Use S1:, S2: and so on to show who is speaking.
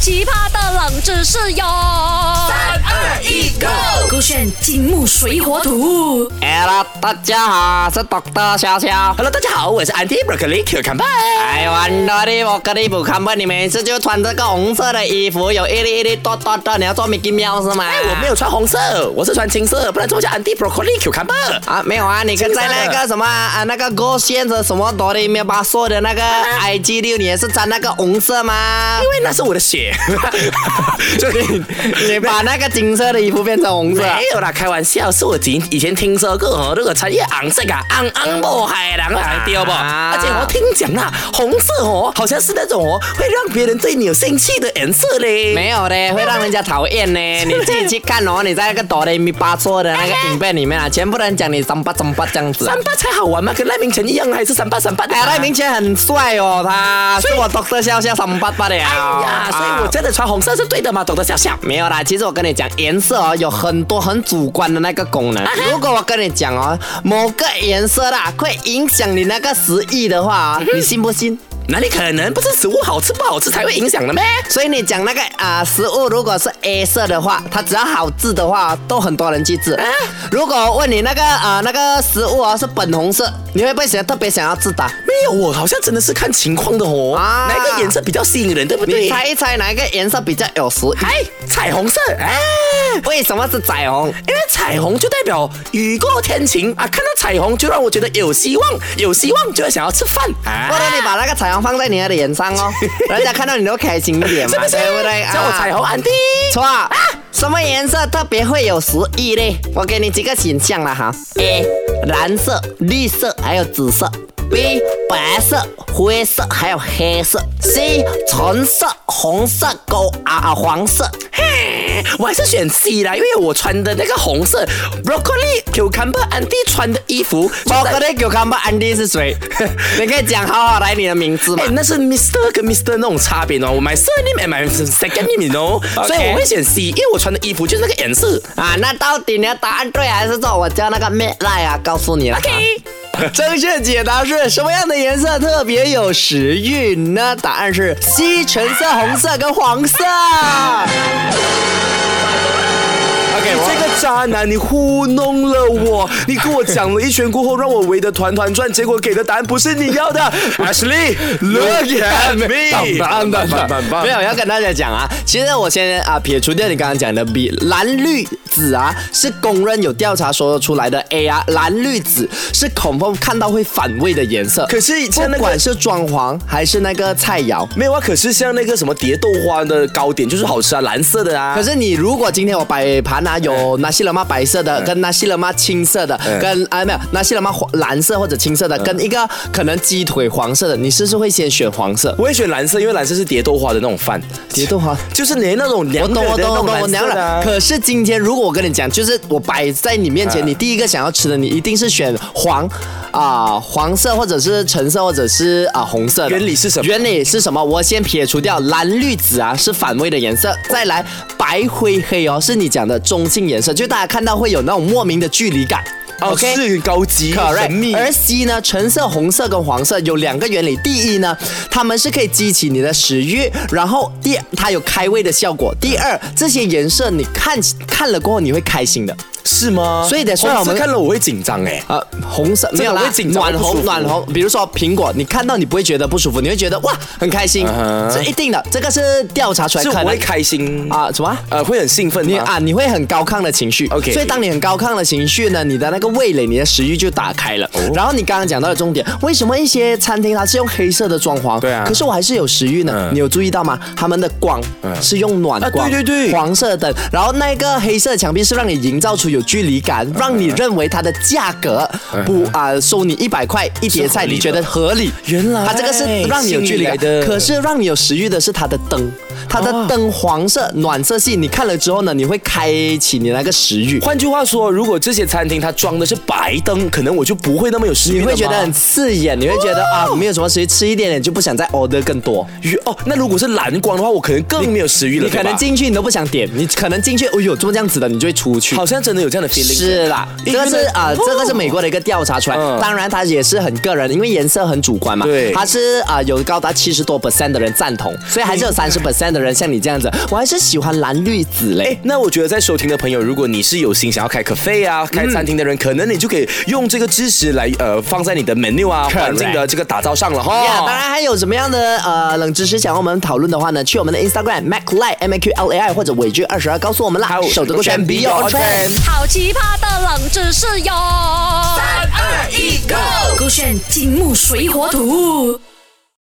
S1: 奇葩的冷知识哟！三
S2: 二一，Go！
S1: 勾选金木水火土。
S3: Hello，大家好，是 Doctor 潇潇。
S2: Hello，大家好，我是 Andy Broccoli Q 看派。
S3: 哎，玩到的我跟你不看不，你每次就穿这个红色的衣服，有一粒一粒多多的，你要做 Mickey Mouse 是吗？
S2: 哎，我没有穿红色，我是穿青色，不然怎么叫 Andy Broccoli Q 看派？
S3: 啊，没有啊，你跟在那个什么啊，那个勾线的什么哆来咪发嗦的那个 IG 六，你也是穿那个红色吗
S2: 因？为那是我的 血，所以
S3: 你把那个金色的衣服变成红色。
S2: 没有啦，开玩笑，是我以以前听说过哦，那个产业红色啊，昂昂不海人啊，对不？
S3: 啊
S2: 而且我听讲啦，红色哦，好像是那种哦，会让别人对你有兴趣的颜色嘞。
S3: 没有的，会让人家讨厌呢。你自己去看哦，你在那个哆来咪发嗦的那个影片里面啊，全部人讲你三八三八这样子。
S2: 三八才好玩嘛，跟赖明晨一样，还是三八三八的嘛。
S3: 哎，赖明谦很帅哦，他
S2: 所
S3: 是
S2: 以
S3: 我 Doctor 笑笑三八八的呀。
S2: 哎呀，所以我
S3: 啊
S2: 真的穿红色是对的嘛，懂得笑笑。
S3: 没有啦，其实我跟你讲，颜色哦有很多很主观的那个功
S2: 啊
S3: 能。如果我跟你讲哦，某个颜色啦会影响你那个食欲的话、
S2: 嗯
S3: 哦，你信不信？
S2: 哪里可能？不是食物好吃不好吃才会影响的咩？
S3: 所以你讲那个啊、食物如果是 A 色的话，它只要好字的话，哦都很多人去字。
S2: 啊
S3: 如果我问你那个啊、那个食物啊是粉红色，你会不会想特别想要自打？
S2: 没有，我好像真的是看情况的哦。
S3: 啊
S2: 哪一个颜色比较吸引人，对不
S3: 你
S2: 对？
S3: 猜一猜哪一个颜色比较有食欲？
S2: 哎，彩虹色，哎。
S3: 为什么是彩虹？
S2: 因为彩虹就代表雨过天晴啊，看到彩虹就让我觉得有希望，有希望就会想要吃饭
S3: 或
S2: 啊，
S3: 者你把那个彩虹放在你的脸上 哦，人家看到你都开心一点嘛，
S2: 是不是？
S3: 对不对？啊
S2: 叫我彩虹安迪。
S3: 错。啊什么颜色特别会有食欲嘞？我给你几个选项了哈：A 蓝色、绿色，还有紫色；B 白色、灰色，还有黑色；C 橙色、红色、狗啊啊黄色。
S2: 嘿，我还是选 C 啦，因为我穿的那个红色 broccoli cucumber 安迪穿的衣服，
S3: 我刚哦才给我看吧，安迪是 谁？你可以讲好好来你的名字嘛
S2: 哎、。那是 Mr 跟 Mr 那种差别哦。我 my surname and my second name，you know，所以我会选 C，因为我穿的衣服就是那个颜色。
S3: 啊，那到底你的答案对还是错？我叫那个 m i d l i 啊，告诉你了。啊
S2: OK，
S3: 正确解答是什么样的颜色特别有食欲呢？答案是西橙色、红色跟黄色。OK，
S2: 这个渣男，你糊弄了我！你跟我讲了一圈过后，让我围得团团转，结果给的答案不是你要 的。Ashley，look at me！
S3: 没有要跟大家讲啊，其实我先啊撇除掉你刚刚讲的 B 蓝绿紫啊，是公认有调查说出来的 A 啊，蓝绿紫是恐怖看到会反胃的颜色。
S4: 可是像
S3: 不
S4: 那个
S3: 管是装潢还是那个菜肴，
S4: 没有啊，可是像那个什么蝶豆花的糕点就是好吃啊，蓝色的啊
S3: 可。是你如果今天我摆盘啊，有纳西冷妈白色的，跟纳西冷妈青色的，跟啊没有纳西冷妈黄蓝色或者青色的，跟一个可能鸡腿黄色的，你是不是会先选黄色？
S4: 我也选蓝色，因为蓝色是蝶豆花的那种饭，
S3: 蝶豆花。
S4: 就是连那种
S3: 我
S4: 凉
S3: 懂，
S4: 的
S3: 我
S4: 那
S3: 懂，我
S4: 种
S3: 懂，我
S4: 蓝
S3: 凉
S4: 色的
S3: 了。
S4: 啊。
S3: 可是今天如果我跟你讲，就是我摆在你面前，你第一个想要吃的，你一定是选黄啊、黄色或者是橙色或者是啊、红色的。
S4: 原理是什么
S3: 原理是什么？我先撇除掉蓝绿紫啊，是反胃的颜色。再来白灰黑哦，是你讲的中性颜色，就大家看到会有那种莫名的距离感。
S4: 哦，是高级
S3: c o r
S4: 神秘。
S3: 而 C 呢，橙色、红色跟黄色有两个原理。第一呢，它们是可以激起你的食欲，然后第它有开胃的效果。第二，这些颜色你看看了过后你会开心的。
S4: 是吗？
S3: 所以得说
S4: 红色
S3: 我们
S4: 看了我会紧张哎。
S3: 呃，红色没有啦
S4: 会紧，张
S3: 暖
S4: 会不舒
S3: 红
S4: 服
S3: 暖红，比如说苹果，你看到你不会觉得不舒服，你会觉得哇很开心，
S4: 哼
S3: 这一定的，这个嗯是调查出来
S4: 是我
S3: 可能
S4: 会开心啊，
S3: 啊什么？
S4: 呃，会很兴奋
S3: 你
S4: 吗？
S3: 啊，你会很高亢的情绪。
S4: OK
S3: 所以当你很高亢的情绪呢，你的那个味蕾、你的食欲就打开了。
S4: 哦
S3: 然后你刚刚讲到的重点，为什么一些餐厅它是用黑色的装潢？
S4: 对啊
S3: 可是我还是有食欲呢。
S4: 嗯
S3: 你有注意到吗？他们的光是用暖光，
S4: 啊对对对
S3: 黄色的灯，然后那个黑色的墙壁是让你营造出有距离感，让你认为它的价格不啊收你一百块一碟菜，
S4: 嗯合理的
S3: 你觉得合理？
S4: 原来
S3: 它这个是让你有距离感
S4: 心里来的
S3: 可是让你有食欲的是它的灯，它的灯黄色、暖色系，你看了之后呢，你会开启你那个食欲，
S4: 换句话说，如果这些餐厅它装的是白灯，可能我就不会那么有食欲
S3: 你
S4: 了
S3: 会觉得
S4: 吗
S3: 很刺眼，你会觉得啊，没有什么食欲，吃一点点就不想再 order 更多。
S4: 哦。那如果是蓝光的话，我可能更没有食欲了。
S3: 你可
S4: 对吧
S3: 哦能进去你都不想点，你可能进去，哎呦，怎么这样子的，你就会出去。
S4: 好像真的
S2: 的有这样的 feeling。
S3: 是啦，这
S2: 因为
S3: 个
S2: 呢
S3: 是啊，这个是美国的一个调查出来，
S2: 嗯
S3: 当然它也是很个人，因为颜色很主观嘛。
S2: 对
S3: 它是啊有高达七十多 percent 的人赞同，所以还是有三十 percent 的人像你这样子，我还是喜欢蓝绿紫嘞
S2: 哎。，那我觉得在收听的朋友，如果你是有心想要开 cafe
S4: 嗯
S2: 啊、开餐厅的人，可能你就可以用这个知识来呃放在你的 menu 啊、环境的这个打造上了哈。
S3: 呀当然还有什么样的呃冷知识想要我们讨论的话呢？去我们的 Instagram MacLai M A Q L A I 或者伟俊二十二告诉我们啦
S2: 有。
S3: 守着勾选 Be Your Trend。
S1: 好奇葩的冷知识哟！三二一，Go！勾选金木水火土。